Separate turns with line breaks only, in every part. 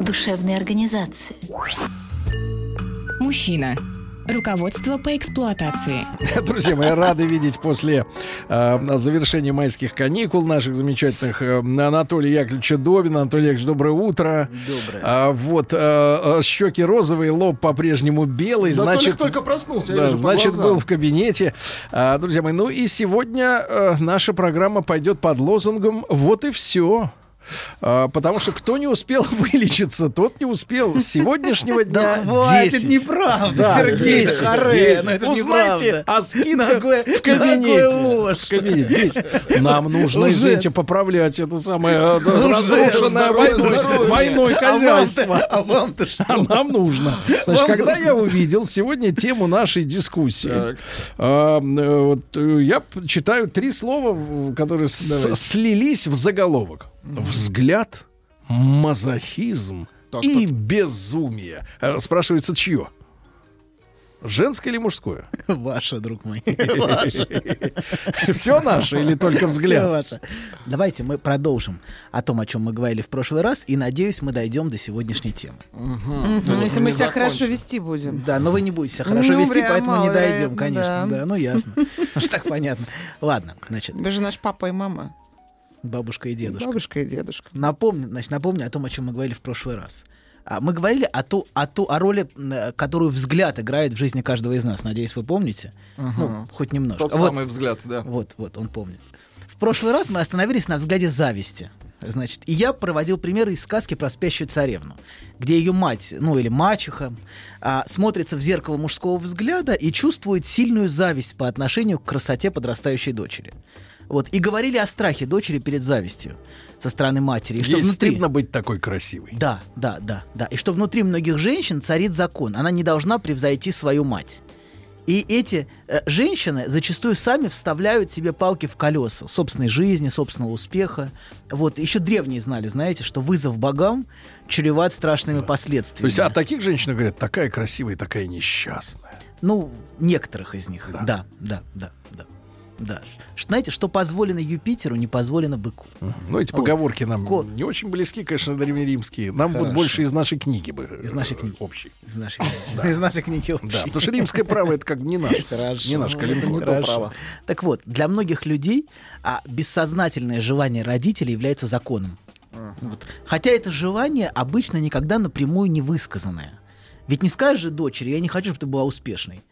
душевной организации.
Мужчина. Руководство по эксплуатации.
Друзья мои, рады видеть после э, завершения майских каникул наших замечательных э, Анатолия Яковлевича Добина. Анатолий Яковлевич, доброе утро.
Доброе.
А, вот, э, э, щеки розовые, лоб по-прежнему белый.
Да
значит,
Толик только проснулся, я
да,
вижу по
значит
глазам.
был в кабинете. А, друзья мои, ну и сегодня э, наша программа пойдет под лозунгом «Вот и все». А, Потому что кто не успел вылечиться, тот не успел. С сегодняшнего
Да
дня
хватит,
10.
неправда,
Да,
Сергей,
10,
да харе,
10.
ну это
Ну, знаете,
неправда.
а скидка
Ногой-
в кабинете.
ногой в
В кабинете. 10. Нам нужно,
Лжец.
извините, поправлять это самое э, да,
Лжец,
разрушенное
Ну, здоровье,
войной,
здоровье.
войной
А вам-то-
хозяйство.
А вам-то что?
А нам нужно. Значит,
Вам
когда
нужно.
я увидел сегодня тему нашей дискуссии, а, э, вот, э, я п- читаю три слова, в- которые с-
Давайте.
слились в заголовок. Взгляд, мазохизм
Так,
и безумие. Э, Спрашивается, чье? Женское или мужское?
Ваша, друг мой.
Все наше или только
Всё
взгляд?
ваше. Давайте мы продолжим о том, о чем мы говорили в прошлый раз, и надеюсь, мы дойдем до сегодняшней темы.
Ну, если мы себя хорошо вести будем.
Да, но вы не будете себя хорошо
Ну,
вести,
прям
поэтому не дойдем,
маловероятно,
конечно.
да.
Да, ну ясно. Уж так понятно. Ладно, значит,
Вы же наш папа и мама.
бабушка и дедушка.
Бабушка и дедушка.
Напомню, значит, напомню о том, о чем мы говорили в прошлый раз. А, Мы говорили о, ту, о, ту, о роли, м, э, которую взгляд играет в жизни каждого из нас. Надеюсь, вы помните. Ну, хоть немножко.
Тот
Вот,
самый взгляд, да.
Вот, вот, он помнит. В прошлый раз мы остановились на взгляде зависти. Значит, и я проводил примеры из сказки про спящую царевну, где ее мать, ну или мачеха, а, смотрится в зеркало мужского взгляда и чувствует сильную зависть по отношению к красоте подрастающей дочери. Вот, и говорили о страхе дочери перед завистью со стороны матери. И что
Ей
внутри...
стыдно быть такой красивой.
Да, да, да, да. И что внутри многих женщин царит закон. Она не должна превзойти свою мать. И эти э, женщины зачастую сами вставляют себе палки в колеса собственной жизни, собственного успеха. Вот еще древние знали, знаете, что вызов богам чреват страшными
То
последствиями.
есть о таких женщинах говорят, такая красивая и такая несчастная.
Ну, некоторых из них. Да, да, да, да. да. Ш- Знаете, что позволено Юпитеру, не позволено быку.
Ну, эти
Вот.
поговорки нам
Ко-
не очень близки, конечно, древнеримские. Нам вот
Хорошо.
больше из нашей книги бы.
Из нашей книги.
э, Общей.
Из нашей, из нашей книги
Да,
общей.
потому что римское право это как бы не наше.
Хорошо.
Не наш калинкор.
Это не то право. Так вот, для многих людей а, бессознательное желание родителей является законом. Вот. Хотя это желание обычно никогда напрямую не высказанное. Ведь не скажешь же дочери, я не хочу, чтобы ты была успешной.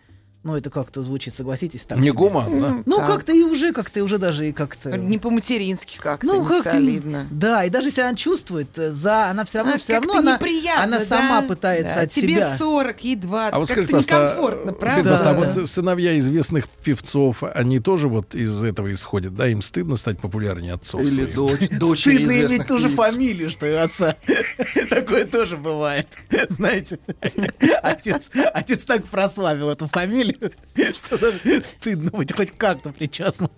Ну, это как-то звучит, согласитесь, так
Не
себе.
гуман, да?
Ну,
Да.
как-то и уже, как-то и уже даже и как-то...
Не по-матерински как-то,
Ну,
не
как-то
солидно.
Да, и даже если она чувствует, э, за, она все равно,
А,
все
как-то
равно она,
неприятно,
она
да?
сама пытается
Да,
от
тебе
себя.
40, ей 20.
А вот
как-то
скажите, пожалуйста,
некомфортно,
а,
правда?
скажите, пожалуйста,
Да.
а вот сыновья известных певцов, они тоже вот из этого исходят, да? Им стыдно стать популярнее отцов
Или
своих.
дочь, дочери
Стыдно иметь
известных
ту же
певиц.
фамилию, что и отца. Такое тоже бывает. Знаете, отец, отец так прославил эту фамилию, что даже стыдно быть хоть как-то причастным.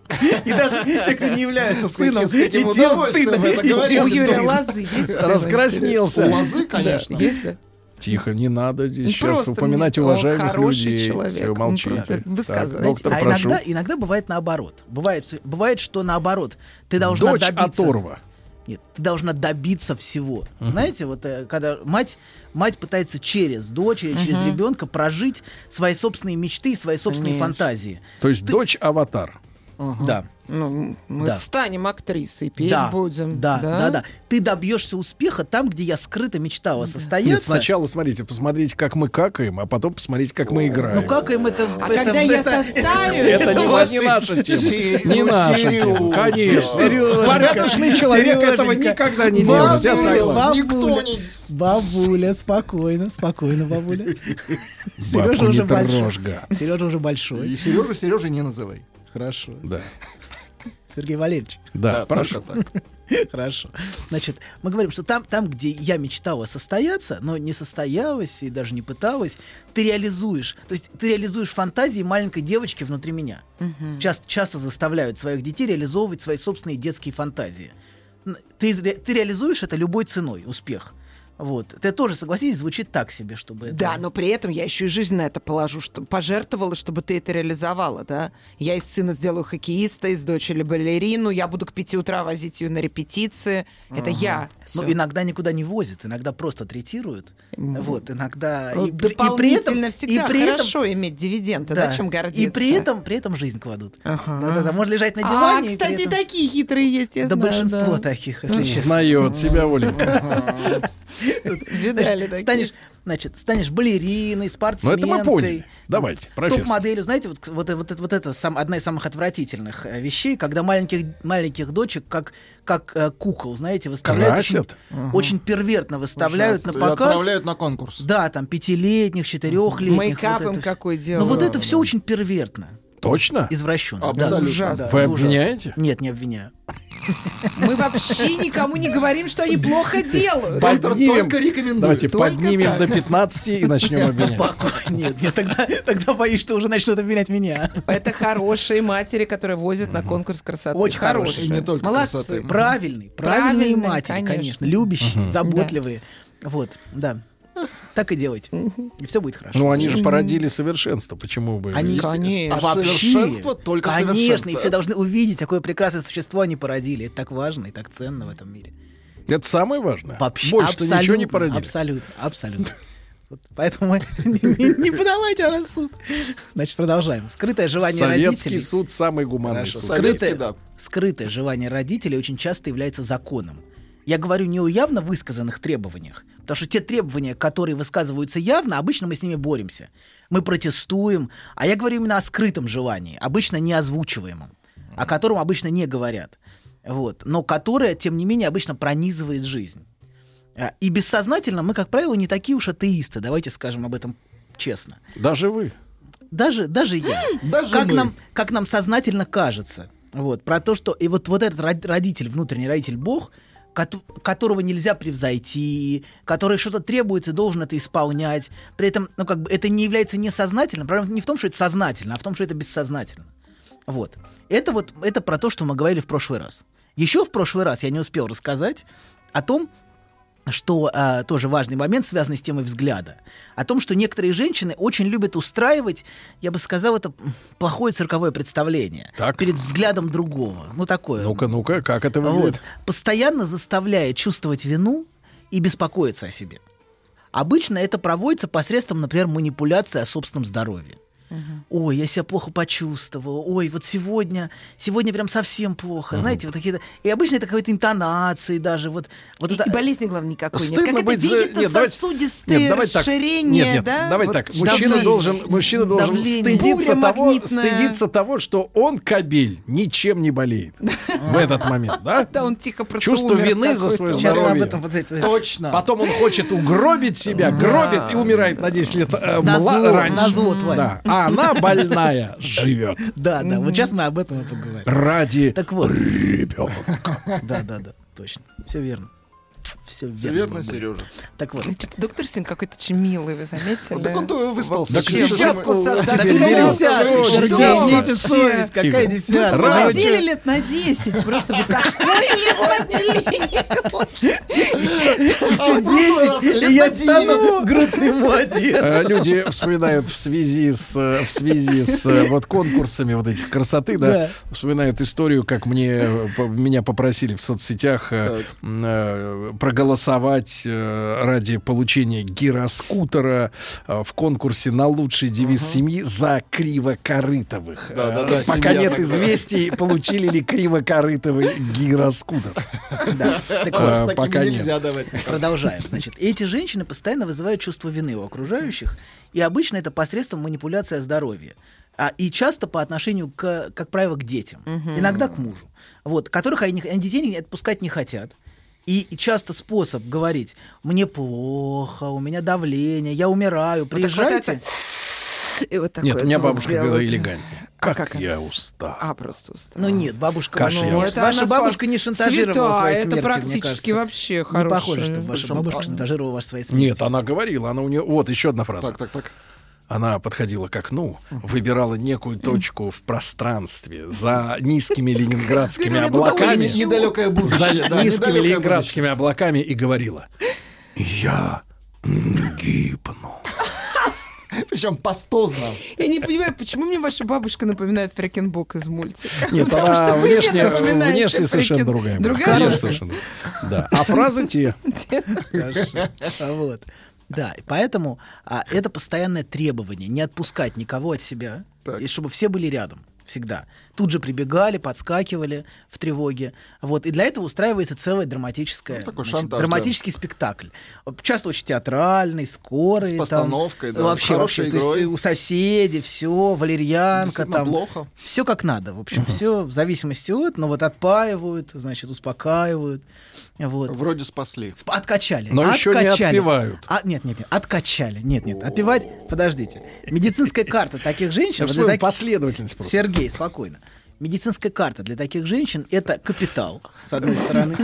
И даже те, кто не является сыном,
каким- с каким
и тем
удовольствием
стыдно.
вы это
и тем
говорите,
У Юрия
стыдно.
Лазы есть сын,
Раскраснелся.
У лозы, конечно.
интересно. Есть, да?
Тихо, не надо здесь
Ну,
сейчас
просто
упоминать
мне- он
уважаемых
хороший
людей.
человек,
Всё,
он
молчите.
просто
Так,
высказывается.
доктор,
а
прошу.
иногда, иногда бывает наоборот. Бывает, бывает, что наоборот. Ты должна
Дочь
добиться.
оторва.
Нет, ты должна добиться всего. Знаете, вот э, когда мать, мать пытается через дочь или через ребенка прожить свои собственные мечты и свои собственные
Конечно.
фантазии.
То есть дочь аватар.
Да.
Ну, мы
Да.
станем актрисой, петь
да,
будем.
Да, да, да, Ты добьешься успеха там, где я скрыто мечтала состояться.
Нет, сначала смотрите, посмотрите, как мы какаем, а потом посмотрите, как мы играем.
Ну как им это...
А
это-
когда я
это-
состарюсь...
Это не,
вот
не наша тема.
Серёж,
Не наша тема.
Серёж.
Конечно.
Серёженька,
Порядочный человек
Серёженька.
этого никогда не
Бабуля,
делает. Я согласен.
бабуля,
Никто не-
Бабуля, спокойно, спокойно, бабуля.
Бабку
Сережа
не
уже
трожь,
большой.
гад.
Сережа уже
И
большой.
Сережу Сережей не называй.
Хорошо.
Да,
Сергей Валерьевич.
да,
только
прошу.
так.
Хорошо. Значит, мы говорим, что там, там, где я мечтала состояться, но не состоялась и даже не пыталась, ты реализуешь. То есть ты реализуешь фантазии маленькой девочки внутри меня. Часто, часто заставляют своих детей реализовывать свои собственные детские фантазии. Н- Ты, из- ре- ты реализуешь это любой ценой, успех. Вот. Ты тоже, согласись, звучит так себе, чтобы... это-
Да, ну, но при этом я еще и жизнь на это положу, что пожертвовала, чтобы ты это реализовала, да. Я из сына сделаю хоккеиста, из дочери балерину, я буду к пяти утра возить ее на репетиции. Это я.
Ну,
Всё.
иногда никуда не возят, иногда просто третируют.
Мгм.
Вот, иногда...
Ну,
и, при- и при этом...
дополнительно всегда
и при этом-
хорошо иметь дивиденды, да,
да,
чем гордиться.
И при этом, при этом жизнь кладут.
Ага.
Да-да-да, можно лежать на
А,
диване. и при
кстати,
этом-
такие хитрые есть, я
Да
знаю,
большинство
да. Ну,
таких, если честно.
Узнает себя, Оленька.
Видали
Значит,
такие?
станешь, значит, станешь балериной,
Ну,
спортсменкой.
это мы поняли. Давайте, профессор.
Топ-моделью, знаете, вот, вот, вот, это- вот это сам, одна из самых отвратительных э, вещей, когда маленьких, маленьких дочек, как, как э, кукол, знаете, выставляют.
Красят.
Очень, очень первертно выставляют
Ужасно. И
на показ.
Отправляют на конкурс.
Да, там пятилетних, четырехлетних.
Мейкап им какой
Ну
делал.
вот это все очень первертно,
Точно?
извращенно.
Абсолютно.
Ужасно.
Вы
это Ну, ужасно.
обвиняете?
Нет, не обвиняю.
Мы вообще никому не говорим, что они плохо делают.
Доктор
Поднимем.
только рекомендует.
Ну, Давайте
Только
поднимем
так.
до 15 и начнем обвинять.
Спокойно. Нет, нет, тогда, тогда боюсь, что уже начнут обвинять меня.
Это хорошие матери, которые возят на конкурс красоты.
Очень
хорошие. И не только
Молодцы.
красоты. Мгм.
Правильный, правильные
Правильные,
матери, конечно,
конечно.
любящие, заботливые. Вот, да. Так и делайте. И все будет хорошо.
Ну, они же породили совершенство, почему бы...
Они,
Конечно.
естественно,
А
вообще,
совершенство только
конечно,
совершенство.
и все должны увидеть, какое прекрасное существо они породили. Это так важно и так ценно в этом мире.
Это самое важное.
Вообще,
Больше
абсолютно,
ничего не породили.
Абсолютно, абсолютно. Вот поэтому не, не- не подавайте на нас в суд. Значит, продолжаем. Скрытое желание
Советский
родителей.
суд самый гуманный
Хорошо,
суд.
со- Советский,
скрытое,
да.
скрытое желание родителей очень часто является законом. Я говорю не о явно высказанных требованиях, потому что те требования, которые высказываются явно, обычно мы с ними боремся. Мы протестуем, а я говорю именно о скрытом желании, обычно не озвучиваемом, о котором обычно не говорят, вот, но которое, тем не менее, обычно пронизывает жизнь. А, И бессознательно мы, как правило, не такие уж атеисты, давайте скажем об этом честно.
Даже вы.
Даже, даже я.
Даже
как
мы.
нам, как нам сознательно кажется. Вот, про то, что... И вот, вот этот род- родитель, внутренний родитель Бог, кото- которого нельзя превзойти, который что-то требует и должен это исполнять. При этом, ну, как бы, это не является несознательным. Проблема не в том, что это сознательно, а в том, что это бессознательно. Вот. Это вот, это про то, что мы говорили в прошлый раз. Еще в прошлый раз я не успел рассказать о том, что а, тоже важный момент, связанный с темой взгляда, о том, что некоторые женщины очень любят устраивать, я бы сказал, это м, плохое цирковое представление
Так.
перед взглядом другого. Ну, такое.
Ну-ка, ну-ка, как это
вот,
выглядит?
постоянно заставляя чувствовать вину и беспокоиться о себе. Обычно это проводится посредством, например, манипуляции о собственном здоровье. Ой, я себя плохо почувствовала. Ой, вот сегодня, сегодня прям совсем плохо. Знаете, вот такие. И обычно это какой-то интонации даже. Вот, вот
И,
это-
и болезни, главное, никакой
Стыдно
нет. Как
быть
это
за- Нет, давайте-
сосудистые
нет, давайте так.
расширения,
Нет, нет,
да?
давайте
Вот
так. Мужчина
давление.
должен, мужчина должен
Давление.
стыдиться
Буря
того,
магнитная.
стыдиться того, что он кабель ничем не болеет в этот момент, да?
а?
Да, он тихо просто
Чувство
умер
вины за
какой-то.
свое
Сейчас мы об
здоровье.
этом вот это-
Точно.
Потом он хочет угробить себя, гробит и умирает на 10 лет э,
На
мла-
зло,
раньше.
на зло, тварь.
Да. А она больная живет
Да, да, вот сейчас мы об этом и поговорим.
ради
Так вот,
ребенка.
да, да, да, точно. Все верно. Все верно.
Всё верно,
мы были.
Сережа.
Так вот.
Что-то доктор Син какой-то очень милый, вы заметили?
Так он выспался.
Да к десятку
со-
теперь
да
берем.
десятку.
Десятка,
Что
Сергей,
вы?
имейте совесть,
Тихо.
какая десятка?
Ра-
Давайте.
Радио.
Надели лет на 10, просто бы такой сегодня лезет.
А в прошлый раз лет
И я
на
стану
девять.
грудным младенцем.
Э, Люди вспоминают в связи с э, в связи с э, вот конкурсами вот этих красоты, да, вспоминают историю, как мне э, по- меня попросили в соцсетях э, м, э, проголосовать э, ради получения гироскутера э, в конкурсе на лучший девиз семьи за кривокорытовых.
Да-да-да,
Э, Пока
семья
нет
такая.
известий, получили ли кривокорытовый гироскутер.
Так вот,
Э,
с такими
пока нет.
нельзя давать. мне кажется.
Продолжаем. Значит, эти женщины постоянно вызывают чувство вины у окружающих, и обычно это посредством манипуляции о здоровье. А, и часто по отношению, к, как правило, к детям, иногда к мужу, вот, которых они, они детей не- отпускать не хотят. И и часто способ говорить «мне плохо, у меня давление, я умираю,
Вот так вот
приезжайте».
это. И вот
Нет,
такой
у меня
звук
бабушка
делала.
говорила элегантно.
А
Как
как
я устал.
А, просто устала.
Ну нет, бабушка,
Кашлял.
ну,
Ну,
это
ваша
она с
бабушка не
баб-
шантажировала
Святая,
своей
это
смертью, мне
практически
кажется.
вообще
Не
хорошая,
похоже, что ваша
причем-
бабушка
а,
шантажировала вас своей смертью.
Нет, она говорила, она у нее... Вот, еще одна фраза.
Так, так, так.
Она подходила к окну, выбирала некую точку в пространстве за низкими ленинградскими облаками.
Недалекая
за
будущее. да,
низкими
недалекое
ленинградскими облаками и говорила. Я гибну.
будущее. Причем пастозно.
Я не понимаю, почему мне ваша бабушка напоминает Фрекенбок из мультика?
Нет,
Потому
она
что вы мне
внешне,
напоминаете
внешне совершенно
Фрекен-
другая. была.
Другая?
Конечно, совершенно. Да. А фразы те.
А Вот. Да, и поэтому а, это постоянное требование не отпускать никого от себя,
Так.
и чтобы все были рядом всегда. Тут же прибегали, подскакивали в тревоге. Вот. И для этого устраивается целая драматическая,
Ну, такой шантаж,
драматический спектакль. Часто очень театральный, скорый.
С
там.
постановкой, да, с
Вообще,
хорошей
вообще, то есть
игрой.
у соседей все, валерьянка
Действительно
там.
плохо.
Все как надо, в общем, все в зависимости от, но вот отпаивают, значит, успокаивают. Вот.
Вроде спасли.
Сп- Откачали.
Но еще не
откачали.
отпевают.
А, нет, нет, нет, откачали. Нет, нет, отпевать, подождите. Медицинская карта таких женщин...
Я
для
вспомнил
таки-
последовательность Ну, просто.
Сергей, спокойно. Медицинская карта для таких женщин — это капитал, с одной стороны.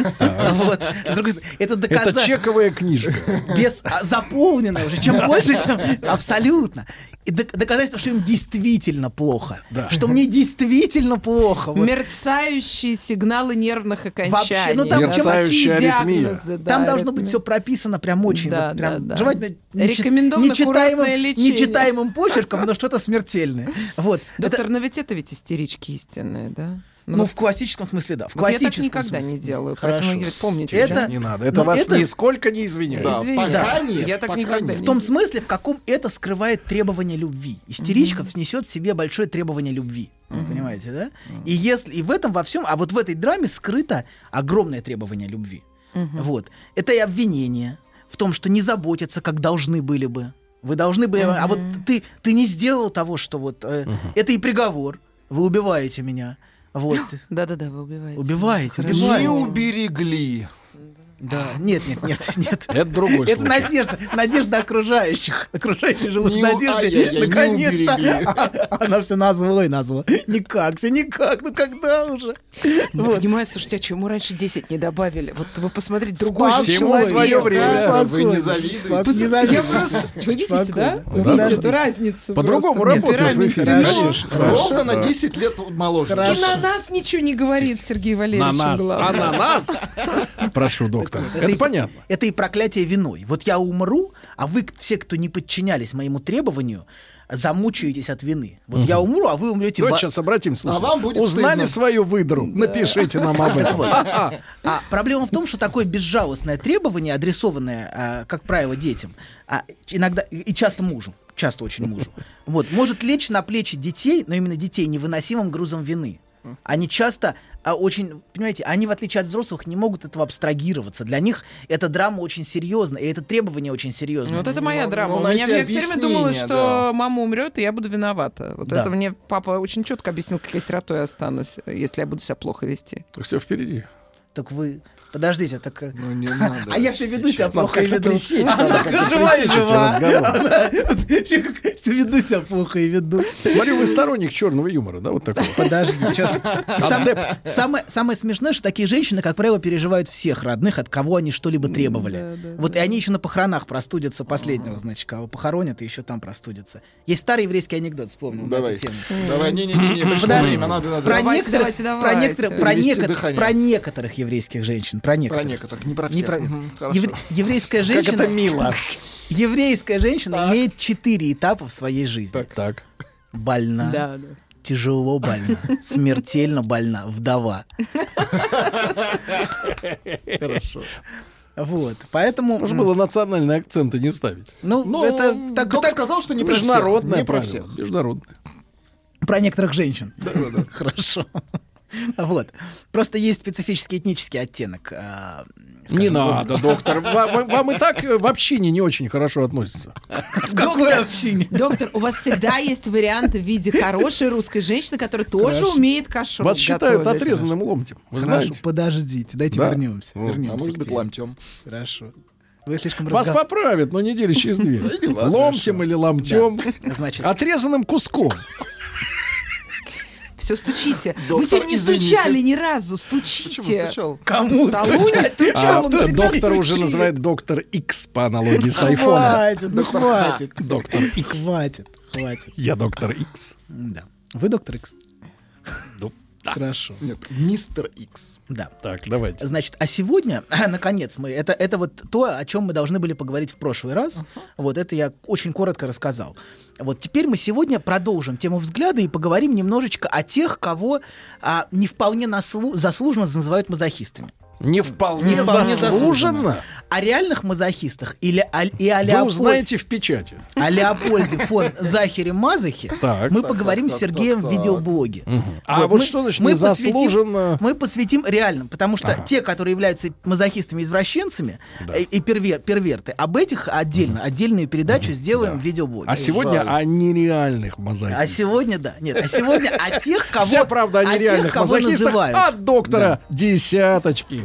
Вот. С другой стороны, Это
Это
доказать
чековая книжка.
без а, заполненная уже. Чем больше, тем абсолютно. И док- доказательство, что им действительно плохо. Что мне действительно плохо. Вот.
Мерцающие сигналы нервных
Вообще,
окончаний.
ну, там
Вот
чем-
такие
Мерцающая аритмия.
диагнозы, да,
Там должно
аритмия.
быть все прописано прям очень.
Да,
вот прям,
да, да.
Желательно не чит-
Рекомендовано
нечитаемым,
курортное лечение.
нечитаемым почерком, но что-то смертельное. Вот.
Доктор,
Это-
но ведь это ведь истерички истинные, да?
ну, в классическом смысле, да. В
Вот я так
классическом
никогда
смысле.
не делаю,
Хорошо.
поэтому я говорю, помните,
Это,
Не надо. Это
но
вас
это-
нисколько не извиняет.
Да,
Извини,
пока
да.
нет,
Я так
пока
никогда
нет.
в
не
том
делаю.
смысле, в каком это скрывает требование любви. Истеричка снесет в себе большое требование любви. Понимаете, да? И если и в этом во всем, а вот в этой драме скрыто огромное требование любви. Вот. Это и обвинение в том, что не заботятся, как должны были бы. Вы должны были, а вот ты ты не сделал того, что вот э, это и приговор. Вы убиваете меня. Вот.
Да-да-да, вы убиваете.
Убиваете,
Хорошо.
Не
убиваете.
уберегли.
Да. Нет, нет, нет, нет.
Это другой
Это
случай.
надежда, надежда окружающих. Окружающие живут
Не
с
у-
надеждой.
Ну, ай-яй-яй, не
Наконец-то.
уберегли.
А- Она все назло и назло. Никак, все никак. Ну когда уже?
Не
Вот.
понимаю, слушайте, а чему раньше 10 не добавили? Вот вы посмотрите, другой
Спасибо.
человек.
Всему свое время.
Да, вы не
Спокойно,
завидуете.
спокойно.
Я
Не
Я
завидую.
просто... Вы видите, да? Вы
Да.
видите эту разницу?
По-другому
просто
работает в
темперамент.
эфире,
Ну,
конечно. Хорошо,
Ровно на
да.
10 лет моложе.
И на нас ничего не говорит Сергей Валерьевич.
Ананас.
главное.
Ананас. Прошу, доктор.
и-
Это понятно.
Это и проклятие виной. Вот я умру, а вы все, кто не подчинялись моему требованию, замучаетесь от вины. Вот я умру, а вы умрете.
Давайте
во-
сейчас обратимся.
А вам будет
Узнали
стыдно.
свою выдру? Напишите нам об этом. А,
А проблема в том, что такое безжалостное требование, адресованное, а, как правило, детям, а, иногда и часто мужу, часто очень мужу, вот, может лечь на плечи детей, но именно детей невыносимым грузом вины. Они часто а, очень, понимаете, они, в отличие от взрослых, не могут этого абстрагироваться. Для них эта драма очень серьезна, и это требование очень серьезное.
Ну, Вот это моя
Ну,
драма.
ну,
У меня
найти
я все время думала,
объяснение,
что мама умрет, и я буду виновата. Вот
Да.
это мне папа очень четко объяснил, как я сиротой останусь, если я буду себя плохо вести.
Так все впереди.
Так вы, подождите, так... э,
Ну не надо.
А я все веду себя
сейчас.
плохо и веду. Она все жива и жива. Она- Всё как- всё Веду себя плохо и веду.
Смотрю, вы сторонник черного юмора, да, вот такого.
Подожди, сейчас. самое, самое смешное, что такие женщины, как правило, переживают всех родных, от кого они что-либо требовали. вот и они еще на похоронах простудятся
А.
последнего, значит, кого похоронят, и еще там простудятся. Есть старый еврейский анекдот, вспомнил на
Давай.
эту тему.
Давай, не-не-не, пришло
Подожди.
время, надо, надо.
Про
Давайте,
некоторых-
давайте,
про
давайте.
некоторых- про
Перевести
некоторых-
дыхание.
про некоторых еврейских женщин, про
Про
некоторых.
некоторых, не про
Не
всех.
про-
Мгм, хорошо.
Евре- Еврейская женщина... Еврейская женщина имеет четыре этапа в своей жизни.
Так.
Больна,
да.
тяжело больна, смертельно больна, вдова.
Хорошо.
Вот, поэтому...
Можно было национальные акценты не ставить.
Ну,
Ну,
это так,
док
так
сказал, что не про всех.
Международное
Не про
правило.
всех.
Международное.
про некоторых женщин. Хорошо. Вот. Просто есть специфический этнический оттенок. а, скажем,
Не
вот
надо, доктор. Ва- ва- Вам и так э, в общине не очень хорошо относятся.
В какой общине?
Доктор, у вас всегда есть варианты в виде хорошей русской женщины, которая тоже умеет кашрут
Вас считают
готовить.
отрезанным ломтем. Вы
Хорошо,
знаете?
подождите, дайте
Да.
вернемся.
Ну, а
А
вернемся
может
к
быть
теме.
ломтем.
Хорошо. Вы слишком
Вас
разгов-
поправят, но недели через две. Ломтем или ломтем.
Значит,
Отрезанным куском.
Все стучите. Вы
Доктор,
сегодня не
извините.
стучали ни разу,
Почему
стучите.
сначала?
кому
Столу не
А
стучал, он всегда
доктор уже
стучит.
называет доктор X по аналогии с айфоном.
Хватит, ну хватит.
Доктор Икс.
Хватит, хватит.
Я доктор X.
Да. Вы доктор Икс?
Ну,
Хорошо.
Нет, мистер Икс.
Да.
Так, давайте.
Значит, а сегодня, наконец, мы это, это вот то, о чем мы должны были поговорить в прошлый раз. Вот это я очень коротко рассказал. Вот теперь мы сегодня продолжим тему взгляда и поговорим немножечко о тех, кого а, не вполне наслу- заслуженно называют мазохистами.
Не вполне
Не вполне
заслуженно.
О реальных мазохистах или о, и о
Вы
Леопольде-
узнаете в печати.
о А Леопольде фон Захере Мазахе
Так.
мы
Так,
поговорим
так,
с Сергеем
так,
в
так.
видеоблоге.
А вот,
мы-
что значит
мы
не
посвятим-
заслуженно?
Мы посвятим реальным, потому что те, которые являются мазохистами-извращенцами э, и первер- перверты, об этих отдельно, отдельную передачу сделаем в видеоблоге.
А сегодня
Жаль.
о нереальных
А
мозаиках.
сегодня, да. Нет, а сегодня о тех, кого,
Вся правда о
тех,
нереальных
кого
мазохистах
называют.
от доктора десяточки.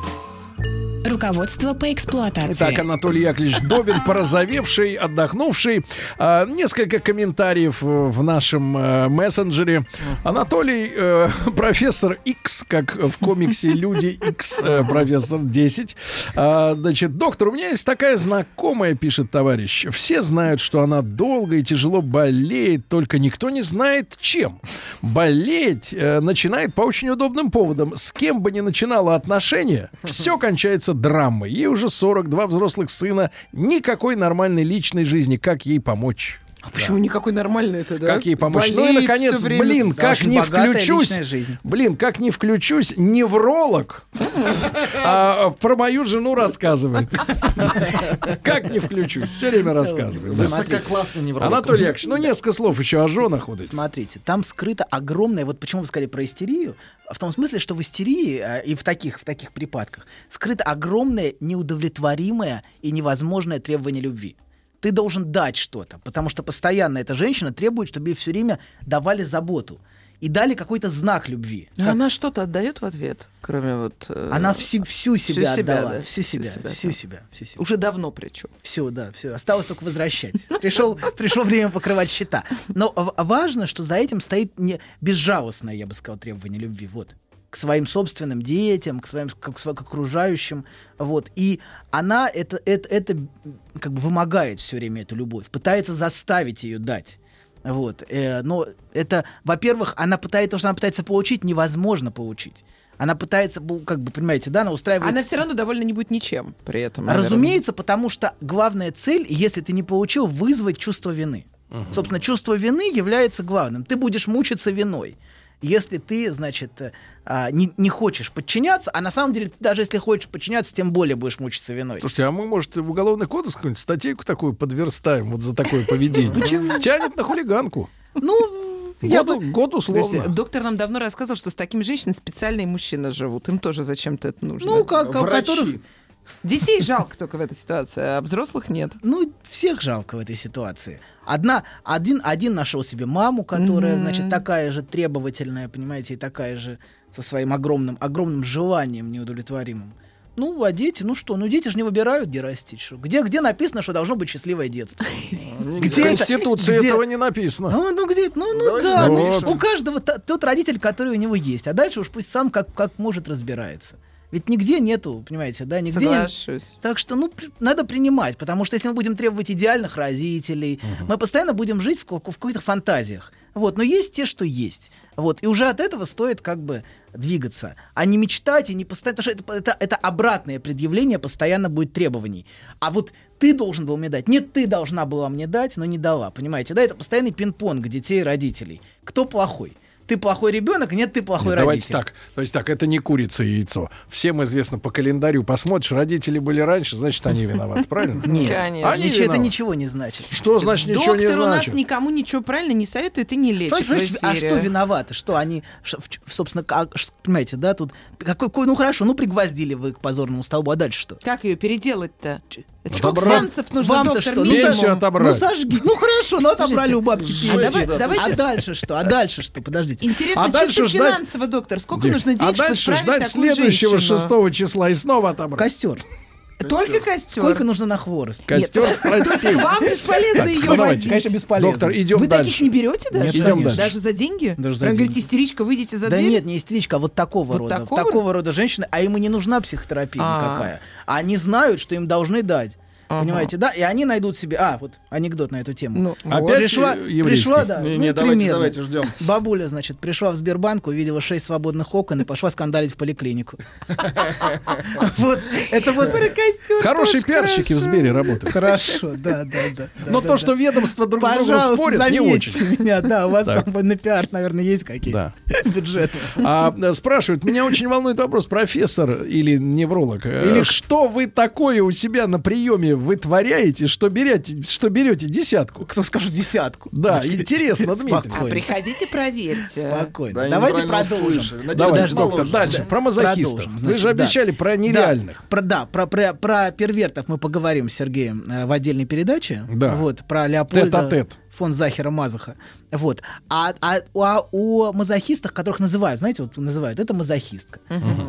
Руководство по эксплуатации.
Итак, Анатолий Яковлевич Добин, порозовевший, отдохнувший. А, Несколько комментариев э, в нашем э, мессенджере. Анатолий, э, профессор X, как в комиксе «Люди X», э, профессор 10. А, Значит, доктор, у меня есть такая знакомая, пишет товарищ. Все знают, что она долго и тяжело болеет, только никто не знает, чем. Болеть э, начинает по очень удобным поводам. С кем бы ни начинала отношения, все кончается драмой. Ей уже 42 взрослых сына, никакой нормальной личной жизни. Как ей помочь?
А Почему никакой нормальный это, да?
Как ей помочь? ну и,
Болит
наконец,
всё время.
блин, как
Очень
не
богатая
включусь...
личная жизнь.
Блин, как не включусь, невролог а, про мою жену рассказывает. Как не включусь, все время рассказывает. да.
Высококлассный невролог.
Анатолий Яковлевич, ну несколько слов еще о женах вот этих.
Смотрите, там скрыто огромное, вот почему вы сказали про истерию, а в том смысле, что в истерии э, и в таких, в таких припадках скрыто огромное, неудовлетворимое и невозможное требование любви. Ты должен дать что-то, потому что постоянно эта женщина требует, чтобы ей все время давали заботу и дали какой-то знак любви.
А Она что-то отдает в ответ, кроме вот... э,
Она всю, всю себя
себя,
отдала.
да,
всю,
всю
себя,
себя,
всю
да.
себя, всю себя.
Уже давно причем.
Все, да, все. Осталось только возвращать. Пришел, пришло время покрывать счета. Но в- важно, что за этим стоит не безжалостное, я бы сказал, требование любви. Вот. К своим собственным детям, к своим к, к сво- к окружающим. Вот. И она это, это, это м, как бы вымогает все время эту любовь, пытается заставить ее дать. Вот. э, но это, во-первых, она пытается, то, что она пытается получить, невозможно получить. Она пытается, ну, как бы, понимаете, да, она устраивает...
Она все равно довольна не будет ничем при этом. наверное.
Разумеется, потому что главная цель, если ты не получил, вызвать чувство вины. Собственно, чувство вины является главным. Ты будешь мучиться виной. Если ты, значит, э, а, не, не хочешь подчиняться, а на самом деле ты даже если хочешь подчиняться, тем более будешь мучиться виной.
Слушайте, а мы, может, в уголовный кодекс какую-нибудь статейку такую подверстаем вот за такое поведение? Тянет на хулиганку.
Ну, я
Год,
бы...
год
Подожди,
условно.
доктор нам давно рассказывал, что с такими женщинами специальные мужчины живут. Им тоже зачем-то это нужно.
Ну, как, у
Врачи.
которых...
Детей жалко только в этой ситуации, а взрослых нет.
Ну, всех жалко в этой ситуации. Одна, один, один нашел себе маму, которая,
Мгм.
значит, такая же требовательная, понимаете, и такая же со своим огромным, огромным желанием неудовлетворимым. Ну, а дети, ну что, ну дети же не выбирают, где расти. что. Где, где написано, что должно быть счастливое детство?
В Конституции
где-
этого не написано.
Ну, ну где это? Ну, ну
Давайте
да, ну,
напишем.
у каждого та- тот родитель, который у него есть. А дальше уж пусть сам как, как может разбирается. Ведь нигде нету, понимаете, да, А нигде нет-
Соглашусь.
так что, ну, при- надо принимать, потому что если мы будем требовать идеальных родителей, мы постоянно будем жить в, ко- в каких-то фантазиях. Вот, но есть те, что есть. Вот, и уже от этого стоит как бы двигаться, а не мечтать и не постоянно, потому что это, это, это обратное предъявление постоянно будет требований. А вот ты должен был мне дать. Нет, ты должна была мне дать, но не дала. Понимаете, да, это постоянный пинг-понг детей и родителей. Кто плохой? ты плохой ребенок, нет, ты плохой
Нет,
родитель.
Давайте так. То есть так, это не курица и яйцо. Всем известно по календарю. Посмотришь, родители были раньше, значит, они виноваты, правильно?
Нет,
Конечно.
Они
Ничего- это
виноваты.
ничего не значит.
Что значит ничего не
Доктор у нас
значит?
никому ничего правильно не советует и не лечит в
Понимаешь,
эфире.
а что виноваты? Что они, ш- в ч- в- собственно, как, ш- понимаете, да, тут какой, какой- ну хорошо, ну пригвоздили вы к позорному столбу, а дальше что?
Как ее переделать-то? Это сколько
Отобрать.
сеансов нужно, доктор
Ну,
минимум?
Пенсию
сожги-
отобрать.
ну сожги, ну хорошо, ну отобрали у бабки
а
пенсию.
давай- давайте-
А дальше что? А дальше что? Подождите.
Интересно,
А дальше
чисто
ждать-
финансово, доктор, сколько
Дик,
нужно денег,
а дальше
чтобы
ждать
справить такую
следующего
женщину?
6 числа и снова отобрать.
Костер.
Только костер.
Сколько нужно на хворост?
Костер спросил.
Вам бесполезно
Так,
ее
ну, давайте.
водить.
Конечно, бесполезно.
Доктор, идем
Вы таких
дальше.
не берете даже?
Нет, Идем конечно. дальше.
Даже за деньги?
Даже за
Она говорит,
деньги.
истеричка, выйдите за
Да
дверь?
нет, не истеричка, а вот такого
Вот
рода.
такого?
Такого? рода женщины, а им и не нужна психотерапия
А.
никакая. А Они знают, что им должны дать.
Ага.
Понимаете, да? И они найдут себе... А, вот анекдот на эту тему.
Ну,
Опять
вот.
А пришла,
э, еврейский.
пришла, да.
Не,
ну,
не, давайте,
примерно.
давайте, ждем.
Бабуля, значит, пришла в Сбербанк, увидела шесть свободных окон и пошла скандалить в поликлинику. Вот, это вот...
Про костер
Хорошие
тоже
пиарщики в
хорошо.
Сбере работают.
Хорошо, да, да, да. да,
Но
да,
то,
да.
что ведомства друг с другом
Пожалуйста,
спорят, не
заметьте
очень.
меня, да, у вас
Так.
там на пиар, наверное, есть какие-то бюджеты.
А, э, спрашивают, меня очень волнует вопрос, профессор или невролог, э,
Или-
что вы такое у себя на приеме вытворяете, что берете, что берете десятку?
Кто скажет десятку?
Да,
Подожди.
интересно, Дмитрий.
А
Спокойно.
приходите, проверьте.
Спокойно.
Да, они
Давайте
неправильно
продолжим.
услышали. Надеюсь,
Давайте,
Подожди,
доктор,
положим.
дальше. Про мазохистов.
Продолжим,
Вы
значит,
же
да.
обещали про нереальных.
Да, про, да, про, про, про первертов мы поговорим с Сергеем э, в отдельной передаче.
Да.
Вот, про Леопольда
Тет-а-тет.
фон Захера Мазаха. Вот. А, а- а о мазохистах, которых называют, знаете, вот называют, это мазохистка.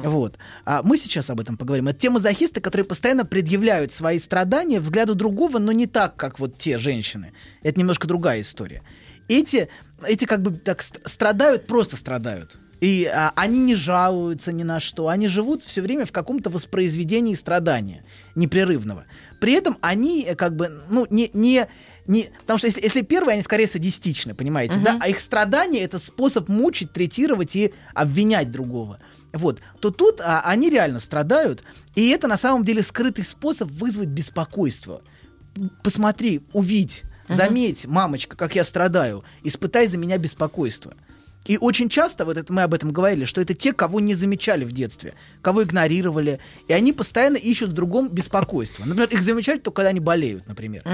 Вот. А мы сейчас об этом поговорим. Это те мазохисты, которые постоянно предъявляют свои страдания взгляду другого, но не так, как вот те женщины. Это немножко другая история. Эти, эти как бы так ст- страдают, просто страдают. И а, они не жалуются ни на что, они живут все время в каком-то воспроизведении страдания непрерывного. При этом они э, как бы, ну, не... не, не потому что если, если первые, они скорее садистичны, понимаете, да? А их страдание — это способ мучить, третировать и обвинять другого. Вот. То тут а, они реально страдают, и это на самом деле скрытый способ вызвать беспокойство посмотри, увидь, заметь, мамочка, как я страдаю, испытай за меня беспокойство. И очень часто, вот это мы об этом говорили, что это те, кого не замечали в детстве, кого игнорировали, и они постоянно ищут в другом беспокойство. Например, их замечают только когда они болеют, например.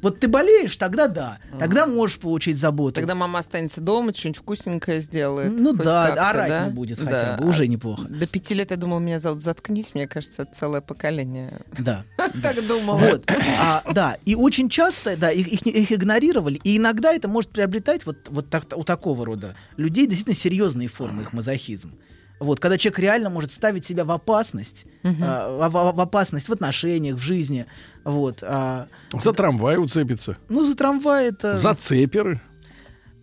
Вот ты болеешь, тогда да, тогда можешь получить заботу.
Тогда мама останется дома, что-нибудь вкусненькое сделает.
Ну
хоть
да,
как-то,
орать
да?
не будет
Да.
хотя бы, уже неплохо.
До пяти лет я думала, меня зовут «Заткнись», мне кажется, это целое поколение.
Да.
Так думала.
Вот, А, да, и очень часто, да, их, их, не- их игнорировали, и иногда это может приобретать вот, вот так- у такого рода людей действительно серьезные формы их мазохизм. Вот, когда человек реально может ставить себя в опасность, а, в, в- в опасность в отношениях, в жизни, вот. а,
За трамвай уцепится.
ну, за трамвай это...
За цеперы.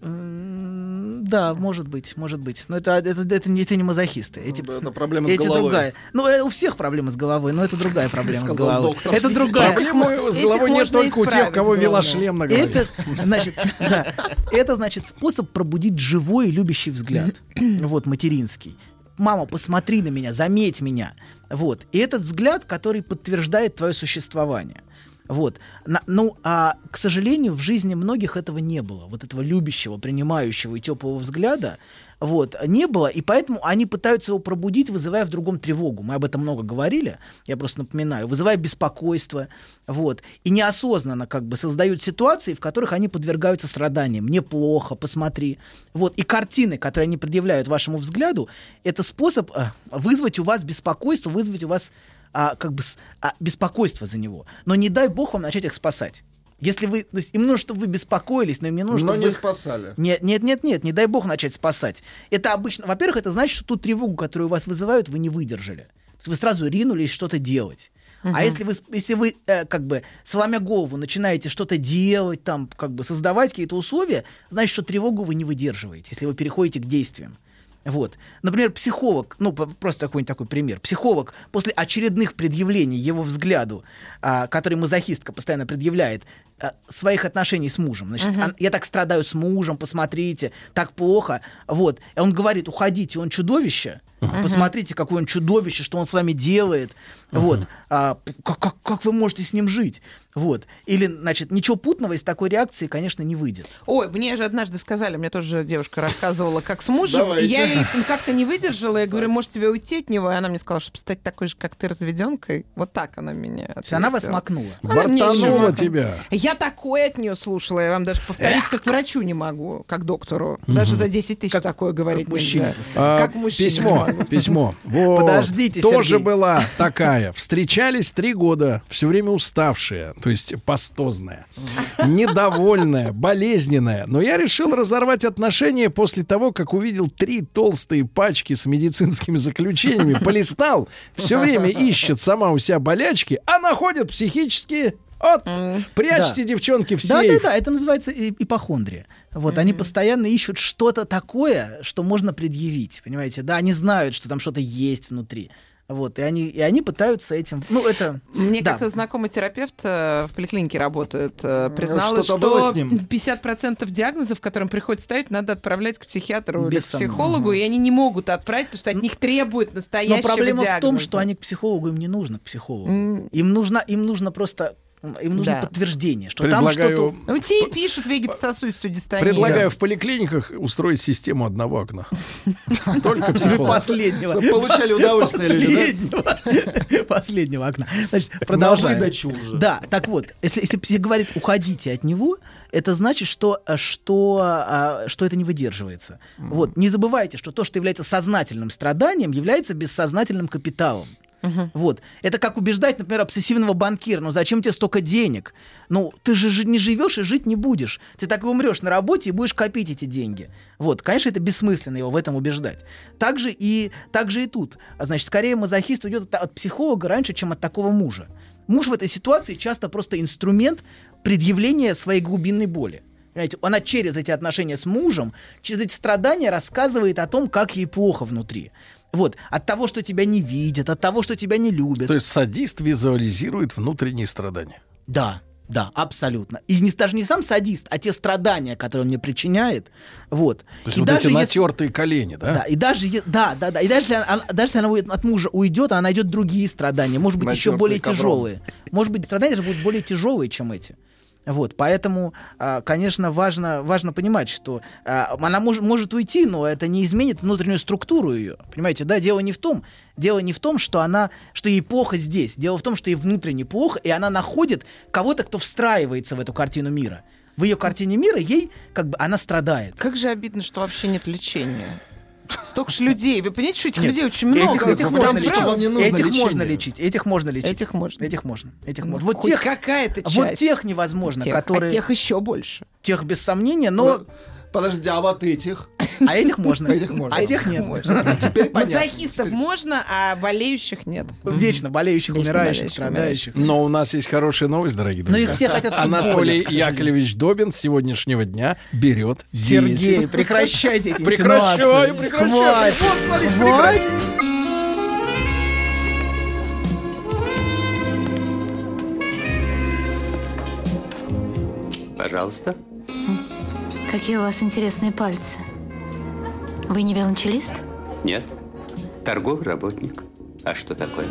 м, Да, может быть, может быть. Но это, это, это, не, типа, это не мазохисты. Эти,
Ну Да, это проблема с
эти
головой.
другая. Ну, э, у всех проблемы с головой, но это другая проблема с
Сказал
головой.
доктор.
Это другая.
Проблемы с
Этих
головой нет
можно
только у тех,
исправить,
кого вела
главное.
шлем на голове.
Это, значит, да, это значит способ пробудить живой и любящий взгляд. Вот, материнский. Мама, посмотри на меня, заметь меня. Вот. И этот взгляд, который подтверждает твое существование. Вот. На- ну, а, к сожалению, в жизни многих этого не было. Вот этого любящего, принимающего и теплого взгляда. Вот. Не было, и поэтому они пытаются его пробудить, вызывая в другом тревогу. Мы об этом много говорили, я просто напоминаю. Вызывая беспокойство. Вот. И неосознанно как бы создают ситуации, в которых они подвергаются страданиям. Мне плохо, посмотри. Вот. И картины, которые они предъявляют вашему взгляду, это способ э, вызвать у вас беспокойство, вызвать у вас а, как бы с- а, беспокойство за него. Но не дай бог вам начать их спасать. Если вы, то есть им нужно, чтобы вы беспокоились, но им не нужно,
Но
чтобы
не
вы Ну, их-
Ну, спасали.
нет, нет, нет, нет, не дай бог начать спасать. Это обычно, во-первых, это значит, что ту тревогу, которую у вас вызывают, вы не выдержали. То есть Вы сразу ринулись что-то делать. А если вы, с- если вы э, как бы сломя голову начинаете что-то делать, там как бы создавать какие-то условия, значит, что тревогу вы не выдерживаете, если вы переходите к действиям. Вот. Например, психолог, ну, п- просто какой-нибудь такой пример. Психолог после очередных предъявлений его взгляду, а, который мазохистка постоянно предъявляет, а, своих отношений с мужем. Значит, «А, я так страдаю с мужем, посмотрите, так плохо. Вот. И он говорит, уходите, он чудовище. Посмотрите, какое он чудовище, что он с вами делает. Вот. А, п- как, как, как вы можете с ним жить? Вот. Или, значит, ничего путного из такой реакции, конечно, не выйдет.
Ой, мне же однажды сказали, мне тоже девушка рассказывала, как с мужем.
Давайте.
И я ей как-то не выдержала. Я говорю, может, тебе уйти от него? И она мне сказала, чтобы стать такой же, как ты, разведенкой. Вот так она меня
То есть она вас
ответила.
макнула.
Она мне еще
Бортанула
макнула.
тебя.
Я такое от нее слушала, я вам даже повторить, как врачу не могу, как доктору. Даже за 10 тысяч такое говорить
мужчина.
нельзя.
А,
Как мужчина.
Письмо, письмо. Вот.
Подождите,
Тоже
Сергей.
была такая. Встречались три года, все время уставшая, то есть пастозная, недовольная, болезненная. Но я решил разорвать отношения после того, как увидел три толстые пачки с медицинскими заключениями. Полистал, все время ищет сама у себя болячки, а находит психические... От, прячьте, девчонки, в
Да, да,
сейф.
да, это называется и- ипохондрия. Вот, они постоянно ищут что-то такое, что можно предъявить, понимаете? Да, они знают, что там что-то есть внутри. Вот, и они, и они пытаются этим... Ну, это...
Мне
да.
как-то знакомый терапевт э, в поликлинике работает, э, призналась,
что-то
что
было с ним?
50% диагнозов, которым приходится ставить, надо отправлять к психиатру или к
Без сомнений.
психологу, и они не могут отправить, потому что от них требуют настоящего
Но проблема
диагноза.
в том, что они к психологу им не нужно, к психологу.
М.
Им, нужно, им нужно просто... Им нужно
Да.
подтверждение, что там
Предлагаю,
что-то...
Ну, те и пишут вегетососудистую дистонию.
предлагаю в поликлиниках устроить систему одного окна. Только психолог.
Последнего.
Чтобы получали удовольствие люди,
Последнего. Последнего окна. Значит,
да? На
продолжаем.
выдачу уже.
Да, так вот, если, если псих говорит «уходите от него», это значит, что, а, что, а, что это не выдерживается. Вот, не забывайте, что то, что является сознательным страданием, является бессознательным капиталом. Вот. Это как убеждать, например, обсессивного банкира. Ну зачем тебе столько денег? Ну, ты же жи- не живешь и жить не будешь. Ты так и умрешь на работе и будешь копить эти деньги. Вот, конечно, это бессмысленно его в этом убеждать. Так же и, так же и тут. А Значит, скорее мазохист уйдет от, от психолога раньше, чем от такого мужа. Муж в этой ситуации часто просто инструмент предъявления своей глубинной боли. Понимаете, она через эти отношения с мужем, через эти страдания рассказывает о том, как ей плохо внутри. Вот, от того, что тебя не видят, от того, что тебя не любят.
То есть садист визуализирует внутренние страдания.
Да, да, абсолютно. И не, даже не сам садист, а те страдания, которые он мне причиняет. Вот.
То есть
И
вот
даже
эти
если-
натертые колени, да?
Да, и даже, е- да, да, да. И даже если она, она- даже если она уйдет- от мужа уйдет, она найдет другие страдания, может быть, еще
Натертый
более
ковром.
тяжелые. Может быть, страдания же будут более тяжелые, чем эти. Вот, поэтому, а, конечно, важно, важно понимать, что а, она мож- может уйти, но это не изменит внутреннюю структуру ее. Понимаете, да, дело не в том, дело не в том, что она, что ей плохо здесь. Дело в том, что ей внутренне плохо, и она находит кого-то, кто встраивается в эту картину мира. В ее картине мира ей, как бы, она страдает.
Как же обидно, что вообще нет лечения. Столько же людей. Вы понимаете, что этих
Нет, ну,
людей очень много.
Этих, этих
Там
можно
потому
лечить.
что
правда,
вам не нужно
этих
лечение.
можно лечить. Этих можно лечить.
Этих можно.
Этих можно. Этих
ну,
можно. Вот
хоть
тех,
какая-то часть.
вот тех невозможно,
Тех,
которые
А тех еще больше.
тех без сомнения, но
Ну, Подожди, а вот этих?
Ну,
а этих можно.
Этих можно.
А тех нет.
Теперь понятно.
Мазохистов Ну, можно, а болеющих нет.
Вечно болеющих,
Вечно
умирающих,
болеющих,
страдающих.
Но у нас есть хорошая новость, дорогие
Но
друзья.
их все хотят футболить,
Анатолий
к сожалению.
Яковлевич Добин с сегодняшнего дня берет
Сергей,
диету.
прекращайте эти
Прекращаю,
инсинуации.
прекращаю.
Хватит. Хватит.
Пожалуйста.
Какие у вас интересные пальцы. Вы не виолончелист?
Нет. Торговый работник. А что такое?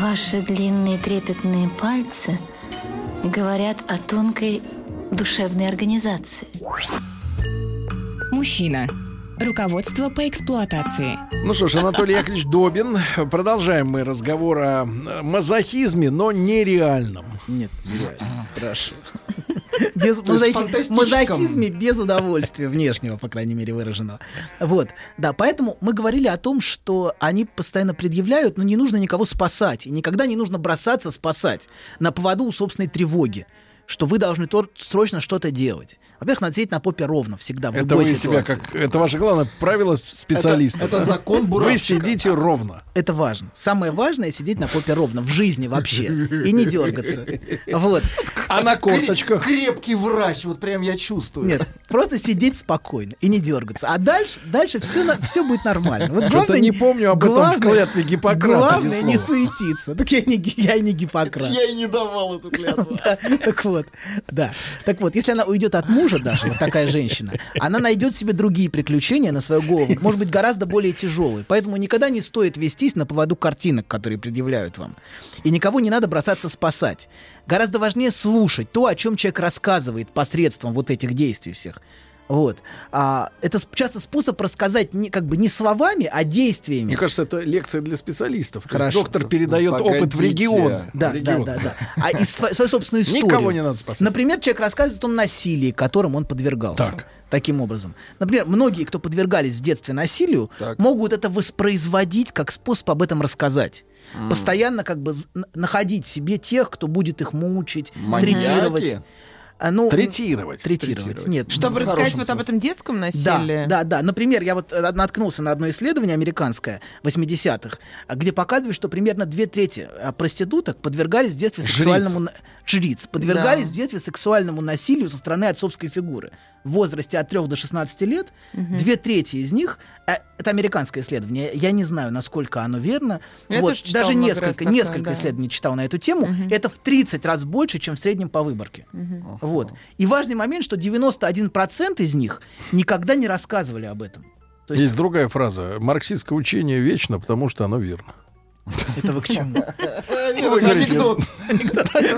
Ваши длинные трепетные пальцы говорят о тонкой душевной организации.
Мужчина. Руководство по эксплуатации.
Ну что ж, Анатолий Яковлевич Добин. Продолжаем мы разговор о э, мазохизме, но нереальном.
Нет, нереально. Хорошо. Без
То есть
мазохи-
в фантастическом.
Ну, мазохизме без удовольствия внешнего, по крайней мере, выраженного. Вот, да, поэтому мы говорили о том, что они постоянно предъявляют, но не нужно никого спасать, и никогда не нужно бросаться спасать на поводу у собственной тревоги, что вы должны тор- срочно что-то делать. Во-первых, надо сидеть на попе ровно всегда, А в
Это
любой
вы себя
ситуации.
как... Это ваше главное правило
Это
специалиста.
это закон
Вы
Бурашка.
сидите ровно.
это важно. Самое важное сидеть на попе ровно в жизни вообще и не дергаться. Вот.
А на
Корточках.
корточках?
Крепкий врач, вот прям я чувствую.
Нет, просто сидеть спокойно и не дергаться. А дальше, дальше все, все будет нормально. Вот главное,
не помню об этом в
главное-
клятве Гиппократа ни
Главное не
слова.
суетиться. Так я не, ги- я и не Гиппократ.
Я и не давал эту клятву.
Да, Так вот, да. Так вот, если она уйдет от мужа даже, вот такая женщина, она найдет себе другие приключения на свою голову, может быть, гораздо более тяжелые. Поэтому никогда не стоит вестись на поводу картинок, которые предъявляют вам. И никого не надо бросаться спасать. Гораздо важнее слушать то, о чем человек рассказывает посредством вот этих действий всех. Вот. А, это с- часто способ рассказать не, как бы не словами, а действиями.
Мне кажется, это лекция для специалистов. То есть
Хорошо.
доктор передает
Ну,
опыт в
погодите.
регион.
Да,
В регион.
да, да, да. А и сво- свою собственную историю.
Никого не надо спасать.
Например, человек рассказывает о том насилии, которым он подвергался.
Так.
Таким образом. Например, многие, кто подвергались в детстве насилию,
Так.
могут это воспроизводить как способ об этом рассказать. Постоянно как бы з- н- находить себе тех, кто будет их мучить,
Маньяки?
третировать. А, ну,
Третировать.
Третировать. Нет.
Чтобы
в
рассказать
хорошем
вот об
смысле.
этом детском
Да,
насилии.
да, да. Например, я вот э, наткнулся на одно исследование американское 80-х, а, где показывают, что примерно две трети а, проституток подвергались в детстве сексуальному... на- Жриц. Подвергались
Да.
в детстве сексуальному насилию со стороны отцовской фигуры. В возрасте от 3 до 16 лет две трети из них... э, Это американское исследование. Я не знаю, насколько оно верно.
Я
вот,
тоже читала
даже
много
несколько,
раз такое,
несколько
да.
исследований читал на эту тему. Это в 30 раз больше, чем в среднем по выборке. Вот. И важный момент, что 91% из них никогда не рассказывали об этом. То есть
Есть другая фраза. Марксистское учение вечно, потому что оно верно.
это вы к чему?
Вы говорите,
Анекдот.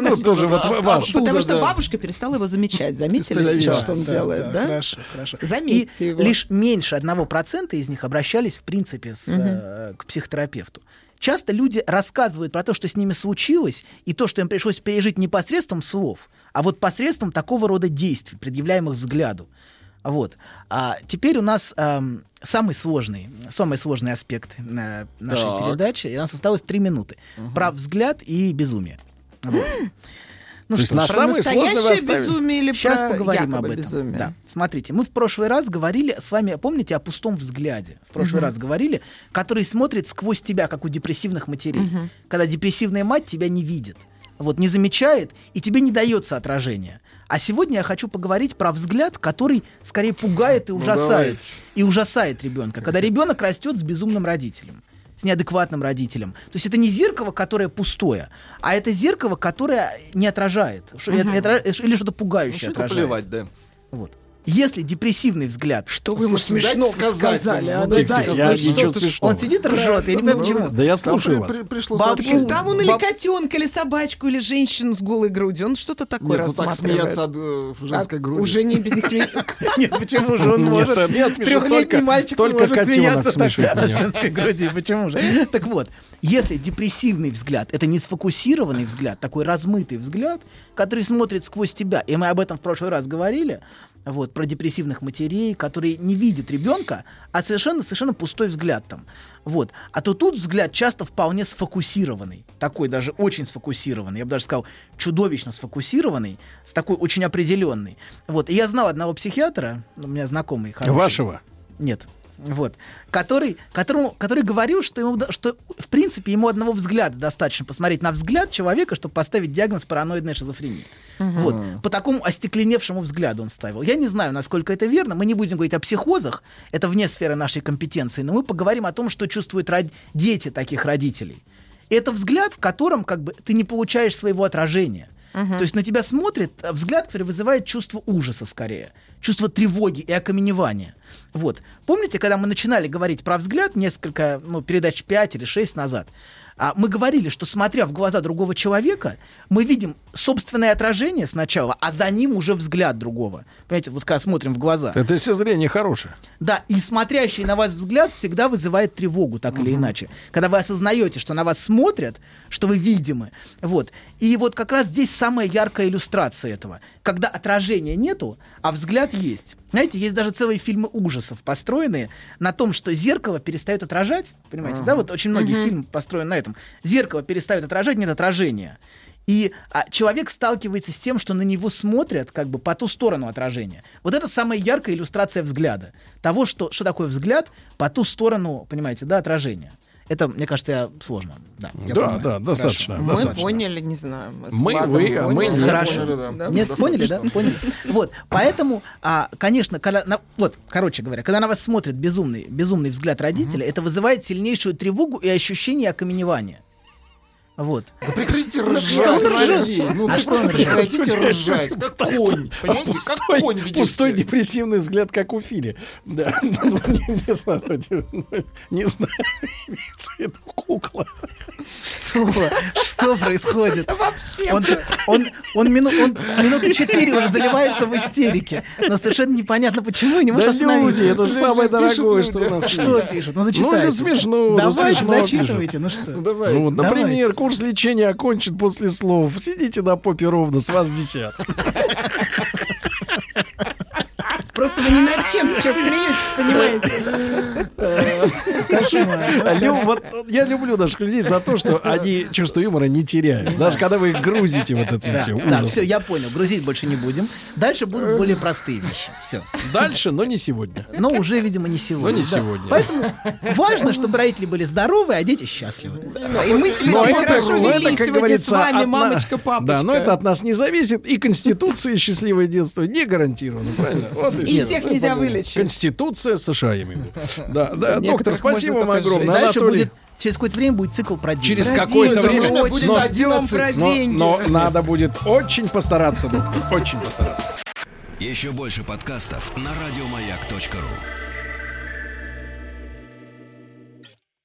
Ну, тоже
а
вот ва- ваш.
Потому
Оттуда,
что
да.
бабушка перестала его замечать. Заметили сейчас, что он делает, да?
Хорошо, хорошо. И
Заметьте его.
лишь меньше 1% из них обращались, в принципе, с, э, к психотерапевту. Часто люди рассказывают про то, что с ними случилось, и то, что им пришлось пережить не посредством слов, а вот посредством такого рода действий, предъявляемых взгляду. Вот. А теперь у нас эм, самый сложный, самый сложный аспект э, нашей
Так.
передачи. И у нас осталось три минуты. Про взгляд и безумие. Вот. Ну
То есть
что ж.
на
Про
самое сложное вы
настоящее
оставили.
безумие или
Сейчас
про
поговорим
якобы
об этом.
безумие?
Да. Смотрите, мы в прошлый раз говорили с вами, помните, о пустом взгляде. В прошлый раз говорили, который смотрит сквозь тебя, как у депрессивных матерей. Когда депрессивная мать тебя не видит, вот не замечает, и тебе не дается отражение. А сегодня я хочу поговорить про взгляд, который скорее пугает и
Ну,
ужасает.
давайте.
и ужасает ребенка. Когда ребенок растет с безумным родителем с неадекватным родителем. То есть это не зеркало, которое пустое, а это зеркало, которое не отражает. Ш- это- это- или что-то пугающее
Вообще-то
отражает.
плевать, да.
Вот. Если депрессивный взгляд,
Что вы ему
Слушайте, ну,
смешно
дайте сказать
сказали?
ему,
а?
ну,
Да,
тихо,
да,
тихо,
я
слушай,
ничего
ты
смешного.
что?
он сидит и ржет, я не понимаю почему.
Да я
Там
слушаю
при-
вас.
при- Пришло
Бабки,
сообщение.
Там он или
Баб-
котенка, или собачку, или женщину с голой грудью. Он что-то такое
Нет, ну так
рассматривает.
смеяться от э, женской
А
груди.
Уже не без не смея-
Нет, почему же он
Нет,
может?
нет, Миша,
Трехлетний
только-
мальчик
только
может
котенок
смеяться так
смешит меня.
от женской груди. Почему же? Так вот, если депрессивный взгляд, это не сфокусированный взгляд, такой размытый взгляд, который смотрит сквозь тебя. И мы об этом в прошлый раз говорили, вот, про депрессивных матерей, которые не видят ребенка, а совершенно, совершенно пустой взгляд там. Вот. А то тут взгляд часто вполне сфокусированный. Такой даже очень сфокусированный. Я бы даже сказал, чудовищно сфокусированный, с такой очень определенный. Вот. И я знал одного психиатра, у меня знакомый хороший.
Вашего.
Нет. Вот. Который, которому, который говорил, что, ему, да- что в принципе ему одного взгляда достаточно посмотреть на взгляд человека, чтобы поставить диагноз параноидная шизофрения. Вот. По такому остекленевшему взгляду он ставил. Я не знаю, насколько это верно. Мы не будем говорить о психозах, это вне сферы нашей компетенции, но мы поговорим о том, что чувствуют род- дети таких родителей. И это взгляд, в котором как бы ты не получаешь своего отражения. То есть на тебя смотрит э, взгляд, который вызывает чувство ужаса скорее, чувство тревоги и окаменевания. Вот. Помните, когда мы начинали говорить про взгляд несколько, ну, передач 5 или 6 назад, а, мы говорили, что смотря в глаза другого человека, мы видим собственное отражение сначала, а за ним уже взгляд другого. Понимаете, вот когда смотрим в глаза.
Это все зрение хорошее.
Да, и смотрящий на вас взгляд всегда вызывает тревогу, так или иначе. Когда вы осознаете, что на вас смотрят, что вы видимы. Вот. И вот как раз здесь самая яркая иллюстрация этого. Когда отражения нету, а взгляд есть. Знаете, есть даже целые фильмы ужасов, построенные на том, что зеркало перестает отражать. Понимаете, да? Вот очень многие фильмы построены на этом. Зеркало перестает отражать, нет отражения. И а, человек сталкивается с тем, что на него смотрят как бы по ту сторону отражения. Вот это самая яркая иллюстрация взгляда. Того, что, что такое взгляд по ту сторону, понимаете, да, отражения. Это, мне кажется, я- сложно. Да, я
да,
понимаю.
да, достаточно.
Мы
достаточно.
поняли, не знаю. с
Мы,
Владом
вы, а мы
поняли.
нет.
Хорошо.
Поняли, да. Да,
Нет, поняли, да?
достаточно.
Поняли. Вот, поэтому, а, конечно, когда на- вот, короче говоря, когда на вас смотрит безумный, безумный взгляд родителя, это вызывает сильнейшую тревогу и ощущение окаменевания. Вот.
Да прекратите
Ну, что
ржать,
он
Сергей. Ну,
А
вы
что
просто
он ржет?
прекратите ржать. Как конь, понимаете? Как
Пустой-
конь ведете
Пустой
себя.
депрессивный взгляд, как у Фили. Да, Ну, не не знаю, ну, не знаю, имеется в виду кукла.
Что, что происходит?
Вообще.
Он,
типа,
он, он, мину- он минуты четыре уже заливается в истерике. Но совершенно непонятно почему и не может
Да люди,
остановиться.
это же самое
Люди пишут,
дорогое, что у
люди.
нас
Что
есть.
пишут? Ну,
Ну,
зачитайте.
это смешно. ну,
Давайте,
смешно пишут.
зачитывайте, ну что.
Ну, вот,
Давайте.
например, курс лечения окончен после слов. Сидите на попе ровно, с вас десят.
Просто вы ни над чем сейчас смеетесь, понимаете?
А лю- вот, я люблю наших людей за то, что они чувство юмора не теряют. Даже когда вы их грузите вот это
Да,
все.
да, все, я понял. Грузить больше не будем. Дальше
Э.
будут более простые вещи. Все.
Дальше, но не сегодня.
Но уже, видимо, не сегодня.
Но не
да.
сегодня.
Поэтому важно, чтобы родители были здоровы, а дети счастливы.
И мы себя
Но
очень
Ну, это,
хорошо
ну, это,
вели
как
сегодня с
говорится,
вами,
от на-
мамочка, папочка.
Да, но это от нас не зависит. И Конституция и счастливое детство не гарантировано, правильно? Вот и
И
всё.
всех нельзя вылечить.
Конституция США, я имею в виду. Да, да, доктор,
Некоторых можно
спасибо вам
только
огромное.
сжечь.
Дальше
Анатолий,
будет, через какое-то время будет цикл про деньги.
через
Про
какое-то
деньги.
время...
Время будет
но-
Ждем
11.
про
ну, но-
деньги.
но надо будет очень постараться, доктор, очень постараться.
Еще больше подкастов на радиомаяк.ру.